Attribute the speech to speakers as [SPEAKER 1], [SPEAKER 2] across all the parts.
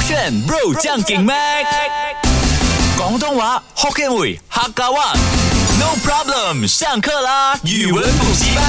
[SPEAKER 1] 选 Bro 将劲 Mac，广东话 Hokkien 语客家话。No problem，上课啦！语文补习班。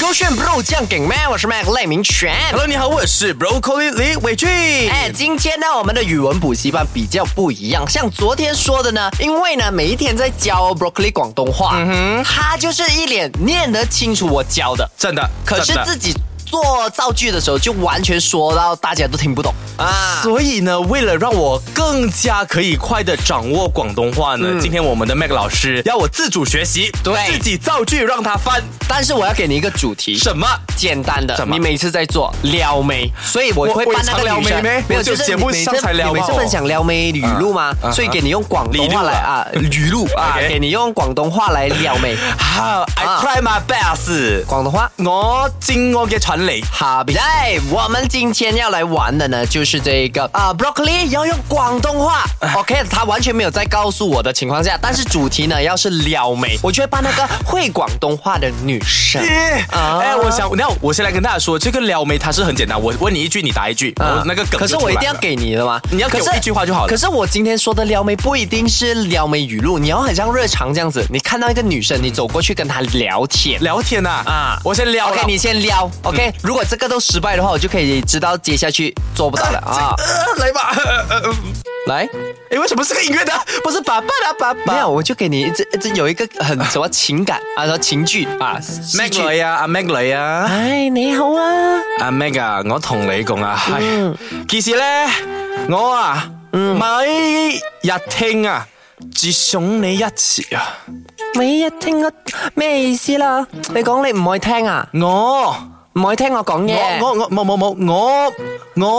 [SPEAKER 2] 勾选 Bro 酱给 Man，我是 Mac 赖明全。
[SPEAKER 1] Hello，你好，我是 Broccoli 李伟俊。
[SPEAKER 2] 哎，今天呢，我们的语文补习班比较不一样，像昨天说的呢，因为呢，每一天在教 Broccoli 广东话，
[SPEAKER 3] 嗯
[SPEAKER 2] 他就是一脸念得清楚我教的，
[SPEAKER 1] 真的，
[SPEAKER 2] 可是
[SPEAKER 1] 真的
[SPEAKER 2] 自己做造句的时候就完全说到大家都听不懂啊。
[SPEAKER 3] 所以呢，为了让我更加可以快的掌握广东话呢，今天我们的 Mac 老师要我自主学习，
[SPEAKER 2] 嗯对
[SPEAKER 3] 自己造句让他翻
[SPEAKER 2] 但是我要给你一个主题，
[SPEAKER 3] 什么？
[SPEAKER 2] 简单的，
[SPEAKER 3] 么
[SPEAKER 2] 你每次在做撩妹，所以我
[SPEAKER 3] 我
[SPEAKER 2] 会
[SPEAKER 3] 我也
[SPEAKER 2] 办那个
[SPEAKER 3] 常撩
[SPEAKER 2] 女
[SPEAKER 3] 妹
[SPEAKER 2] 生
[SPEAKER 3] 咩
[SPEAKER 2] 没有
[SPEAKER 3] 我
[SPEAKER 2] 就
[SPEAKER 3] 就是节目
[SPEAKER 2] 你每
[SPEAKER 3] 上
[SPEAKER 2] 次
[SPEAKER 3] 才撩哦嗯
[SPEAKER 2] 你每次
[SPEAKER 3] 嘛
[SPEAKER 2] 分享撩妹语录嘛，所以给你用广东话来啊，
[SPEAKER 3] 语录
[SPEAKER 2] 啊，给你用广东话来撩 妹，
[SPEAKER 3] 好，I
[SPEAKER 2] 啊
[SPEAKER 3] try my best，
[SPEAKER 2] 广东话。
[SPEAKER 3] 我尽我嘅全力。
[SPEAKER 2] 好，比赛，我们今天要来玩的呢，就是这一个啊、b r o c c o l i 要用广东话。OK，他
[SPEAKER 3] 哎
[SPEAKER 2] 完全没有在告诉我的情况下，但是主题呢，要是撩妹，我就会扮那个会广东话的女生。啊
[SPEAKER 3] 哎，我想，那我先来跟大家说，这个撩妹它是很简单，我问你一句，你答一句，
[SPEAKER 2] 啊
[SPEAKER 3] 我那个梗就
[SPEAKER 2] 可是我一定要
[SPEAKER 3] 出来了
[SPEAKER 2] 给你的嘛，
[SPEAKER 3] 你要给我
[SPEAKER 2] 可是
[SPEAKER 3] 一句话就好了
[SPEAKER 2] 可是我今天说的撩妹不一定是撩妹语录，你要很像日常这样子，你看到一个女生，你走过去跟她聊天。
[SPEAKER 3] 聊天呐
[SPEAKER 2] 啊
[SPEAKER 3] 啊，我先撩
[SPEAKER 2] OK，
[SPEAKER 3] 了
[SPEAKER 2] 你先撩。OK，、如果这个都失败的话，我就可以知道接下去做不到 了啊。
[SPEAKER 3] 呃来吧，呃呃呃
[SPEAKER 2] 来，
[SPEAKER 3] 哎，为什么是个音乐呢？不是爸爸啦，爸爸。
[SPEAKER 2] 没有，我就给你一直一直有一个很什么情感啊，什么情绪啊，
[SPEAKER 3] Mac
[SPEAKER 2] 戏剧。
[SPEAKER 3] 女啊，阿 Mac 女啊，
[SPEAKER 2] 哎，你好啊，
[SPEAKER 3] 阿 Mac 啊，我同你講啊，
[SPEAKER 2] 嗯
[SPEAKER 3] 係，其實咧，我啊，每日聽啊，只想你一次啊，
[SPEAKER 2] 每日聽我咩意思啦？你講你唔愛聽啊，
[SPEAKER 3] 我，
[SPEAKER 2] 唔愛聽我講嘢。
[SPEAKER 3] 我我我冇冇冇，我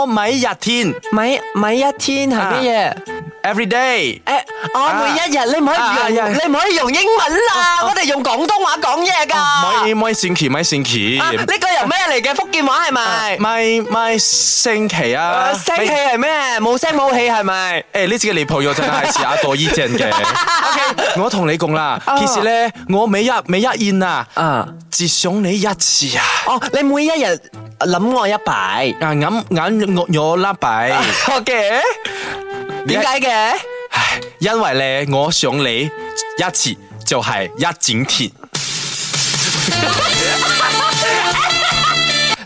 [SPEAKER 3] 我每日天
[SPEAKER 2] 每每一天係乜嘢？
[SPEAKER 3] every day，
[SPEAKER 2] 诶，我每一日你唔可
[SPEAKER 3] 啊
[SPEAKER 2] 以
[SPEAKER 3] 啊
[SPEAKER 2] 用，
[SPEAKER 3] 啊
[SPEAKER 2] 你唔可以用英文啦，我哋用廣東話講嘢噶。
[SPEAKER 3] 每每星期每星期，
[SPEAKER 2] 啊呢個由咩嚟嘅？福建話係咪？
[SPEAKER 3] 每每星期啊，
[SPEAKER 2] 誒聲氣呃係咩？冇聲冇氣係咪？
[SPEAKER 3] 诶，呢次嘅你朋友真係似阿朵依正嘅。OK，我同你講啦，其實咧，我每日每日宴啊，
[SPEAKER 2] 啊，
[SPEAKER 3] 只想你一次啊。
[SPEAKER 2] 哦，你每一日呃諗我一擺
[SPEAKER 3] 啊，眼眼我我啦拜，
[SPEAKER 2] 啊，OK？點解嘅？
[SPEAKER 3] 唉，因為咧，我想你一次就係一整天。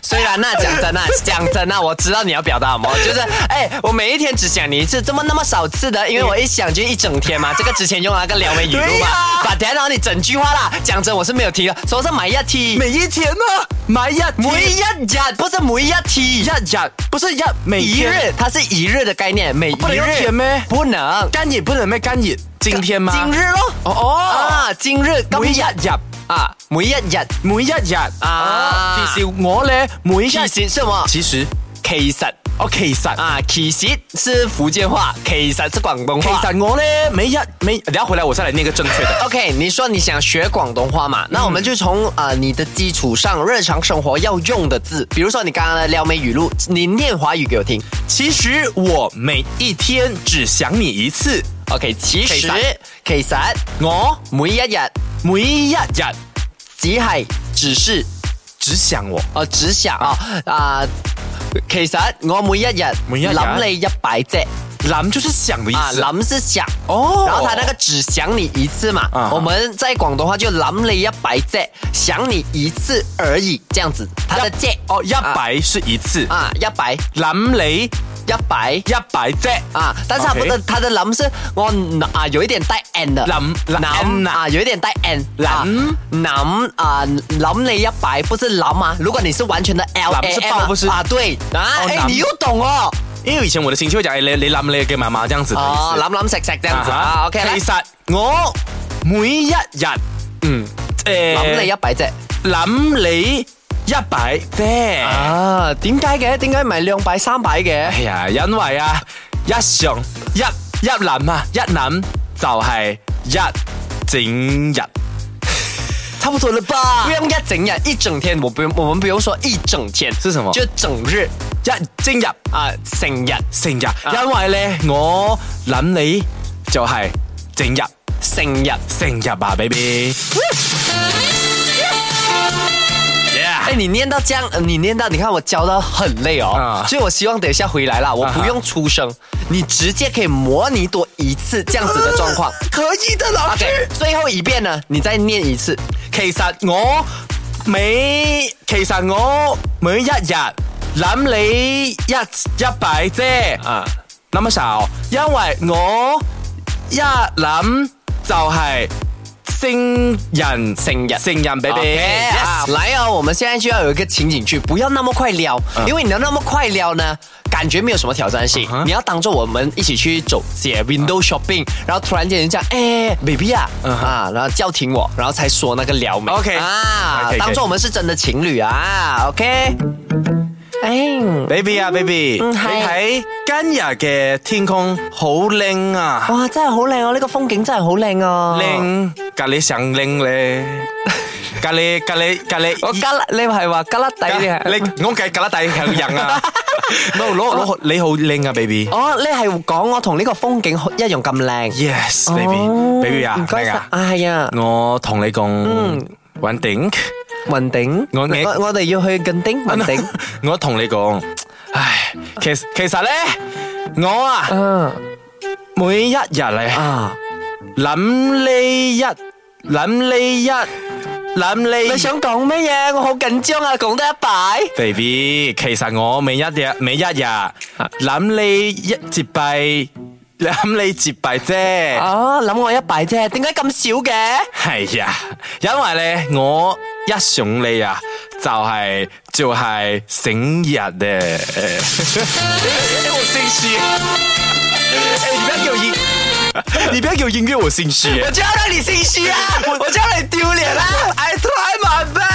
[SPEAKER 2] 虽然那讲真啊， 讲真啊，我知道你要表达什么，就是哎、我每一天只想你一次，怎么那么少次的？因为我一想就一整天嘛。这个之前用那个撩妹语录
[SPEAKER 3] 对
[SPEAKER 2] 嘛
[SPEAKER 3] 呀，
[SPEAKER 2] 把等下然后啊你整句话啦，讲真我是没有听的，说是每一天，
[SPEAKER 3] 每一天啊，每一
[SPEAKER 2] 每一日不是每一
[SPEAKER 3] 一
[SPEAKER 2] 天，
[SPEAKER 3] 日不是一每
[SPEAKER 2] 一
[SPEAKER 3] 天
[SPEAKER 2] 日它是一日的概念，每
[SPEAKER 3] 不能
[SPEAKER 2] 一
[SPEAKER 3] 用
[SPEAKER 2] 日
[SPEAKER 3] 天咩
[SPEAKER 2] 不能，
[SPEAKER 3] 干熱不能咩干熱，今天嗎？
[SPEAKER 2] 今日咯，
[SPEAKER 3] 哦哦，
[SPEAKER 2] 啊，今日
[SPEAKER 3] 每一
[SPEAKER 2] 今日
[SPEAKER 3] 日
[SPEAKER 2] 啊，每一日
[SPEAKER 3] 每一日
[SPEAKER 2] 啊
[SPEAKER 3] 其實我咧每一
[SPEAKER 2] 其
[SPEAKER 3] 日
[SPEAKER 2] 实什么？
[SPEAKER 3] 其實
[SPEAKER 2] 其实
[SPEAKER 3] 哦其實
[SPEAKER 2] 啊，其实是福建话，其实是广东
[SPEAKER 3] 其
[SPEAKER 2] 话。
[SPEAKER 3] 實我咧每一每，等一下回來我再來念一個正確 的。
[SPEAKER 2] OK，你说你想学广东话嘛？那我们就从呃你的基础上，日常生活要用的字，比如说你刚刚的撩妹语录，你念华语给我听。
[SPEAKER 3] 其實我每一天只想你一次，
[SPEAKER 2] OK，其
[SPEAKER 3] 其
[SPEAKER 2] 实
[SPEAKER 3] 實
[SPEAKER 2] 其实
[SPEAKER 3] 我
[SPEAKER 2] 每一日
[SPEAKER 3] 每一日
[SPEAKER 2] 只系只是
[SPEAKER 3] 只想我。
[SPEAKER 2] 哦、呃只想啊啊、其实我每一日
[SPEAKER 3] 每一日
[SPEAKER 2] 谂你一百只
[SPEAKER 3] 谂就是想的意
[SPEAKER 2] 啊，
[SPEAKER 3] 思。
[SPEAKER 2] 谂是想。
[SPEAKER 3] 哦
[SPEAKER 2] 然后他那个只想你一次嘛，
[SPEAKER 3] 啊
[SPEAKER 2] 我们在广东话就谂你一百只，想你一次而已，这样子。他的只
[SPEAKER 3] 哦，一百是一次，
[SPEAKER 2] 啊一百
[SPEAKER 3] 谂你
[SPEAKER 2] 一百
[SPEAKER 3] 一百只
[SPEAKER 2] 啊，但是他不是
[SPEAKER 3] OK
[SPEAKER 2] 他的谂是我脑啊有一点带 n 的
[SPEAKER 3] 谂谂
[SPEAKER 2] 谂
[SPEAKER 3] n 啊
[SPEAKER 2] 啊有一点带 n
[SPEAKER 3] 谂
[SPEAKER 2] 啊谂啊谂你一百不是谂啊，如果你是完全的 l
[SPEAKER 3] 谂
[SPEAKER 2] a
[SPEAKER 3] 是
[SPEAKER 2] m
[SPEAKER 3] 抱
[SPEAKER 2] 啊
[SPEAKER 3] 不是
[SPEAKER 2] 啊对啊
[SPEAKER 3] 哦
[SPEAKER 2] 哎
[SPEAKER 3] 谂
[SPEAKER 2] 你又懂哦
[SPEAKER 3] 因为以前我的亲戚会讲，哎，你你谂你嘅妈妈这样子的意
[SPEAKER 2] 哦
[SPEAKER 3] 思。
[SPEAKER 2] 谂谂食食这样子
[SPEAKER 3] 哎哈
[SPEAKER 2] 啊 OK 来
[SPEAKER 3] 其实我每一日，嗯，诶
[SPEAKER 2] 谂你一百啫
[SPEAKER 3] 一谂你一百啫。
[SPEAKER 2] 啊點解嘅？點解唔係兩百三百嘅
[SPEAKER 3] 哎？呀，因为啊，一上一一谂啊，一谂就系一整日。
[SPEAKER 2] 差不多了吧？不用一整日，一整天，我不用，我们不用说一整天
[SPEAKER 3] 是什么
[SPEAKER 2] 就整日
[SPEAKER 3] 一整日
[SPEAKER 2] 啊，成日
[SPEAKER 3] 成日，因為咧我諗你就係整日
[SPEAKER 2] 成日。
[SPEAKER 3] 成日啊，baby。Yeah
[SPEAKER 2] 哎，你念到这样，呃你念到，你看我教到很累哦，
[SPEAKER 3] 啊
[SPEAKER 2] 所以我希望等一下回来啦，我不用出声，你直接可以模拟多一次这样子的状况。
[SPEAKER 3] 可以的，老
[SPEAKER 2] OK，最后一遍呢，你再念一次。
[SPEAKER 3] 其實我每其實我每一日諗你一一百啫，
[SPEAKER 2] 啊
[SPEAKER 3] 諗乜手？因為我一諗就係聖人，
[SPEAKER 2] 聖人
[SPEAKER 3] 聖人
[SPEAKER 2] OK，
[SPEAKER 3] baby 啊
[SPEAKER 2] yes，来哦，我们现在就要有一个情景剧，不要那么快撩，
[SPEAKER 3] 嗯
[SPEAKER 2] 因为你要那么快撩呢，感觉没有什么挑战性。你要当做我们一起去走街 window shopping，然后突然间人家哎 baby 啊、啊，然后叫停我，然后才说那个撩妹。
[SPEAKER 3] 嗯 OK
[SPEAKER 2] 啊
[SPEAKER 3] 可以可以
[SPEAKER 2] 当做我们是真的情侣啊。OK，哎，
[SPEAKER 3] ，baby 啊 baby，你
[SPEAKER 2] 係
[SPEAKER 3] 睇今日嘅天空好靚啊！
[SPEAKER 2] 哇，真系好靓哦，呢、個个风景真系好靓哦，。
[SPEAKER 3] 靚隔離上靚咧，隔離隔離隔離，
[SPEAKER 2] 我哦加你系话加拉底定係
[SPEAKER 3] 你我計隔離底係人啊，no 攞攞你好靚啊 à, baby。
[SPEAKER 2] 哦，你系讲我同呢个风景一样咁靓。
[SPEAKER 3] Yes,
[SPEAKER 2] 哦
[SPEAKER 3] baby, baby à, 啊，
[SPEAKER 2] 唔該
[SPEAKER 3] 明
[SPEAKER 2] 晒
[SPEAKER 3] 啊，
[SPEAKER 2] 啊系啊，
[SPEAKER 3] 我同你講，穩定，
[SPEAKER 2] 云頂，
[SPEAKER 3] 我嘅
[SPEAKER 2] 我哋要去 近丁雲頂，
[SPEAKER 3] 我同你講，唉，其實其實咧，我啊
[SPEAKER 2] 嗯
[SPEAKER 3] 每一日嚟
[SPEAKER 2] 啊，
[SPEAKER 3] 諗呢一諗呢一諗
[SPEAKER 2] 你
[SPEAKER 3] 呢
[SPEAKER 2] 想講乜嘢？我好緊張啊，講得一擺。
[SPEAKER 3] ，baby，其實我每一日每一日諗你一接幣，諗你接幣啫。
[SPEAKER 2] 哦，諗我一擺啫，點解咁少嘅？
[SPEAKER 3] 系啊，因为咧我一上你啊，就係就係醒日啊嘅。欸我姓徐，欸你不要给我音，你不要给我音乐，我姓徐。
[SPEAKER 2] 我就要讓你心虛 啊，我就要讓你丢臉啦！I try my best。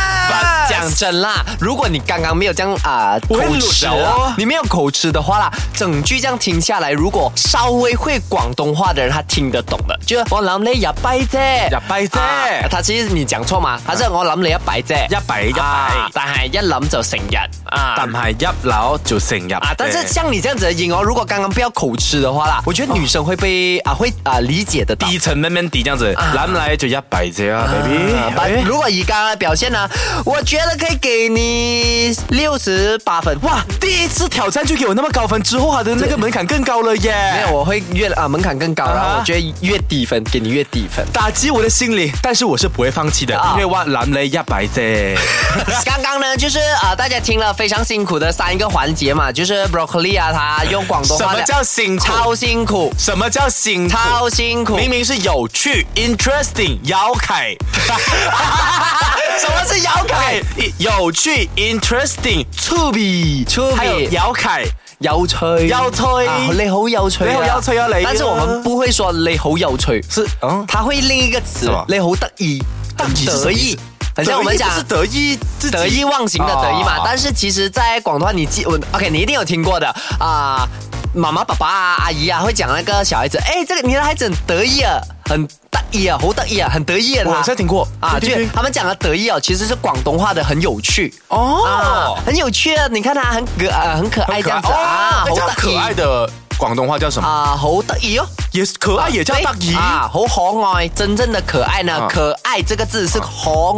[SPEAKER 2] 講真啦，如果你剛剛沒有這樣啊、
[SPEAKER 3] 我會
[SPEAKER 2] 口吃
[SPEAKER 3] 抡的
[SPEAKER 2] 啊
[SPEAKER 3] 哦，
[SPEAKER 2] 你沒有口吃的話啦，整句這樣聽下來，如果稍微會廣東話的人，他聽得懂的，就是我諗你一擺啫，
[SPEAKER 3] 一擺啫
[SPEAKER 2] 啊他其實你講錯嘛，他是我諗你一擺啫，
[SPEAKER 3] 一擺一擺
[SPEAKER 2] 啊但係一諗就成日啊。
[SPEAKER 3] 但係一樓就成日
[SPEAKER 2] 啊
[SPEAKER 3] 啊！
[SPEAKER 2] 但是像你這樣子的音哦，如果剛剛不要口吃的話啦，我覺得女生會被、啊会啊理解得到。
[SPEAKER 3] 低沉慢慢低這樣子，諗嚟就一百啫啊
[SPEAKER 2] 啊把
[SPEAKER 3] ，baby。
[SPEAKER 2] 如果以刚刚的表现呢，我觉得可以给你六十八分。哇，
[SPEAKER 3] 哇！第一次挑戰就給我那麼高分，之後他的那個門檻更高了耶。
[SPEAKER 2] 没有，我会越啊门槛更高，
[SPEAKER 3] 啊。
[SPEAKER 2] 然后我觉得越低分，给你越低分
[SPEAKER 3] 打擊我的心理，但是我是不會放棄的，
[SPEAKER 2] 啊
[SPEAKER 3] 因為我諗你一百 啫。
[SPEAKER 2] 刚刚呢，就是啊、大家听了非常辛苦的三个环节嘛，就是 broccoli 啊，他用广东
[SPEAKER 3] 什
[SPEAKER 2] 话
[SPEAKER 3] 么
[SPEAKER 2] 的
[SPEAKER 3] 叫辛苦？
[SPEAKER 2] 超辛苦，
[SPEAKER 3] 什么叫辛苦？
[SPEAKER 2] 超辛苦。
[SPEAKER 3] 明明是有趣，interesting，姚 凯。
[SPEAKER 2] 什么是姚凯？
[SPEAKER 3] 有趣，interesting，
[SPEAKER 2] 哎粗鄙，粗
[SPEAKER 3] 还有
[SPEAKER 2] 鄙，
[SPEAKER 3] 姚凯，
[SPEAKER 2] 有趣，
[SPEAKER 3] 有趣
[SPEAKER 2] 啊你好有趣、啊，
[SPEAKER 3] 你好有趣啊你
[SPEAKER 2] 但是我们不会说你好有趣，
[SPEAKER 3] 是嗯
[SPEAKER 2] 他会另一个词
[SPEAKER 3] 什么，
[SPEAKER 2] 你好得意，
[SPEAKER 3] 得意是什么
[SPEAKER 2] 得
[SPEAKER 3] 意
[SPEAKER 2] 意
[SPEAKER 3] 思，
[SPEAKER 2] 很像我们讲
[SPEAKER 3] 得意不是得意自己，
[SPEAKER 2] 得意忘形的得意嘛
[SPEAKER 3] 哦。
[SPEAKER 2] 但是其实，在广东话你记我 OK，你一定有听过的啊、妈妈、爸爸啊、阿姨啊会讲那个小孩子，哎，这个你的孩子很得意啊，很得意啊，好得意啊，很得意啊，
[SPEAKER 3] 我好
[SPEAKER 2] 他
[SPEAKER 3] 像。听过
[SPEAKER 2] 啊，就
[SPEAKER 3] 对对对
[SPEAKER 2] 他们讲的得意哦，其实是广东话的很有趣
[SPEAKER 3] 哦
[SPEAKER 2] 啊，很有趣啊！你看他很可呃很可爱
[SPEAKER 3] 很可
[SPEAKER 2] 这
[SPEAKER 3] 爱
[SPEAKER 2] 样
[SPEAKER 3] 哦
[SPEAKER 2] 子啊，
[SPEAKER 3] 那
[SPEAKER 2] 好
[SPEAKER 3] 叫
[SPEAKER 2] 得
[SPEAKER 3] 可
[SPEAKER 2] 意
[SPEAKER 3] 爱的广东话叫什么？
[SPEAKER 2] 啊，好得意哦。
[SPEAKER 3] 也是可爱，也叫得意。
[SPEAKER 2] 啊，好可愛，真正的可愛呢？
[SPEAKER 3] 啊
[SPEAKER 2] 可愛這個字是可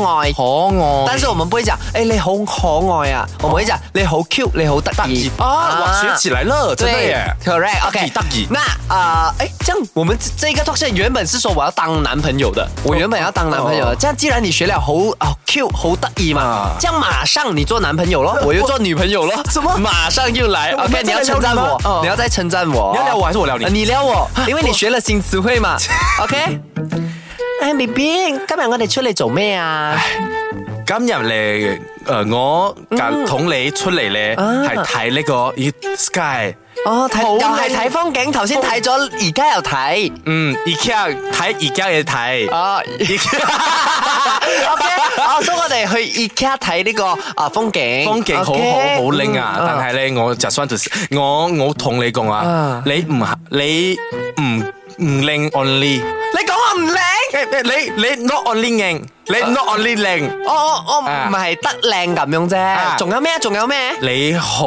[SPEAKER 2] 愛，
[SPEAKER 3] 可愛
[SPEAKER 2] 但是我們不會講，哎、你好可愛啊，我們會講你好 cute，你好得
[SPEAKER 3] 得
[SPEAKER 2] 意
[SPEAKER 3] 意啊，我学起来了，真的
[SPEAKER 2] 对
[SPEAKER 3] 耶。
[SPEAKER 2] ，correct，OK，、
[SPEAKER 3] 得意
[SPEAKER 2] 那啊，哎、这样我们这这个 talk show 原本是说我要当男朋友的，我原本要当男朋友的。
[SPEAKER 3] 哦
[SPEAKER 2] 这样既然你学了好啊 Q 好得意嘛，
[SPEAKER 3] 啊
[SPEAKER 2] 这样马上你做男 朋友咯，我又做女朋友咯，
[SPEAKER 3] 什么
[SPEAKER 2] 马上就来
[SPEAKER 3] 我们
[SPEAKER 2] ？OK，
[SPEAKER 3] 再
[SPEAKER 2] 你要
[SPEAKER 3] 来聊
[SPEAKER 2] 称赞
[SPEAKER 3] 你吗
[SPEAKER 2] 我，
[SPEAKER 3] 哦
[SPEAKER 2] 你要再称赞我。
[SPEAKER 3] 你要聊我还是我聊你
[SPEAKER 2] 呃你撩我，因为你学了新词汇嘛。OK。哎，B B，今日我哋出嚟做咩啊？
[SPEAKER 3] 今日咧，诶，我夾同你出嚟咧，
[SPEAKER 2] 啊
[SPEAKER 3] 係睇呢個 sky。
[SPEAKER 2] 哦，睇
[SPEAKER 3] 好
[SPEAKER 2] 又
[SPEAKER 3] 靚
[SPEAKER 2] 系睇風景，頭先睇咗，而家又睇。
[SPEAKER 3] 嗯，而家睇而家嘅睇，
[SPEAKER 2] 啊，OK，啊，所以我哋去 IKEA 睇呢個啊風景，
[SPEAKER 3] 風景好好
[SPEAKER 2] OK，
[SPEAKER 3] 好靚啊！
[SPEAKER 2] 嗯
[SPEAKER 3] 但係咧，我就想就我我同你講啊
[SPEAKER 2] 啊，
[SPEAKER 3] 你唔你唔唔靚 only，
[SPEAKER 2] 你講我唔靚，
[SPEAKER 3] 誒誒你你 not only 靚，你 not only 靚，
[SPEAKER 2] 我我我
[SPEAKER 3] 啊
[SPEAKER 2] 唔係得靚咁樣啫，仲有咩？仲有咩？
[SPEAKER 3] 你好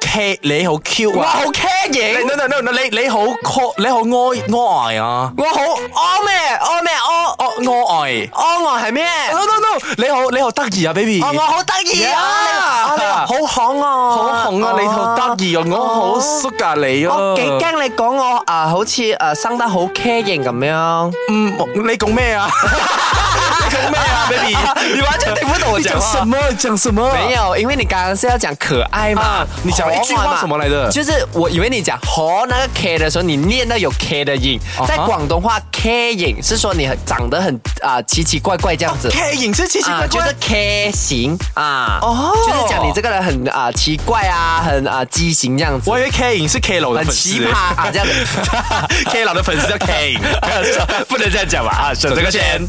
[SPEAKER 3] K，你好 Q
[SPEAKER 2] 我
[SPEAKER 3] 啊！
[SPEAKER 2] 好 care 咩
[SPEAKER 3] 你
[SPEAKER 2] 型？
[SPEAKER 3] no no no no，你你好苛你好哀哀啊，
[SPEAKER 2] 我好安咩？安咩？安
[SPEAKER 3] 哦哀哀
[SPEAKER 2] 安我係咩？
[SPEAKER 3] ，no no no，你好你好得意啊，baby，
[SPEAKER 2] 哦，我好得意啊！
[SPEAKER 3] Yeah
[SPEAKER 2] 你啊你好紅啊！
[SPEAKER 3] 好紅啊，你好得意啊，我好縮噶你啊，
[SPEAKER 2] 我幾驚哦你講我啊，好似啊生得好 K 型咁樣。
[SPEAKER 3] 嗯，我你講咩啊？ 你講咩啊，baby？
[SPEAKER 2] 你完全聽不懂我
[SPEAKER 3] 你
[SPEAKER 2] 講
[SPEAKER 3] 講啊
[SPEAKER 2] 話
[SPEAKER 3] 什麼？讲什么？
[SPEAKER 2] 没有，因为你刚刚是要讲可爱嘛。
[SPEAKER 3] 啊你讲
[SPEAKER 2] 红
[SPEAKER 3] 一句话
[SPEAKER 2] 嘛
[SPEAKER 3] 什么来着
[SPEAKER 2] 就是我以为你讲和那个 K 的时候，你念到有 K 的音
[SPEAKER 3] 啊哈
[SPEAKER 2] 在广东话 K 影是说你很长得很啊、奇奇怪怪这样子。
[SPEAKER 3] K 影哦是奇奇
[SPEAKER 2] 啊
[SPEAKER 3] 怪，
[SPEAKER 2] 就
[SPEAKER 3] 怪
[SPEAKER 2] 是 K 型啊，
[SPEAKER 3] 哦
[SPEAKER 2] 就是讲你这个人很啊、奇怪啊，很啊、畸形这样子
[SPEAKER 3] 我，以为 K 影是 K 佬的
[SPEAKER 2] 很
[SPEAKER 3] 粉
[SPEAKER 2] 奇
[SPEAKER 3] 丝
[SPEAKER 2] 葩啊这样子。
[SPEAKER 3] ，K 佬的粉丝叫 K 影，不能这样讲吧？啊，选择个先。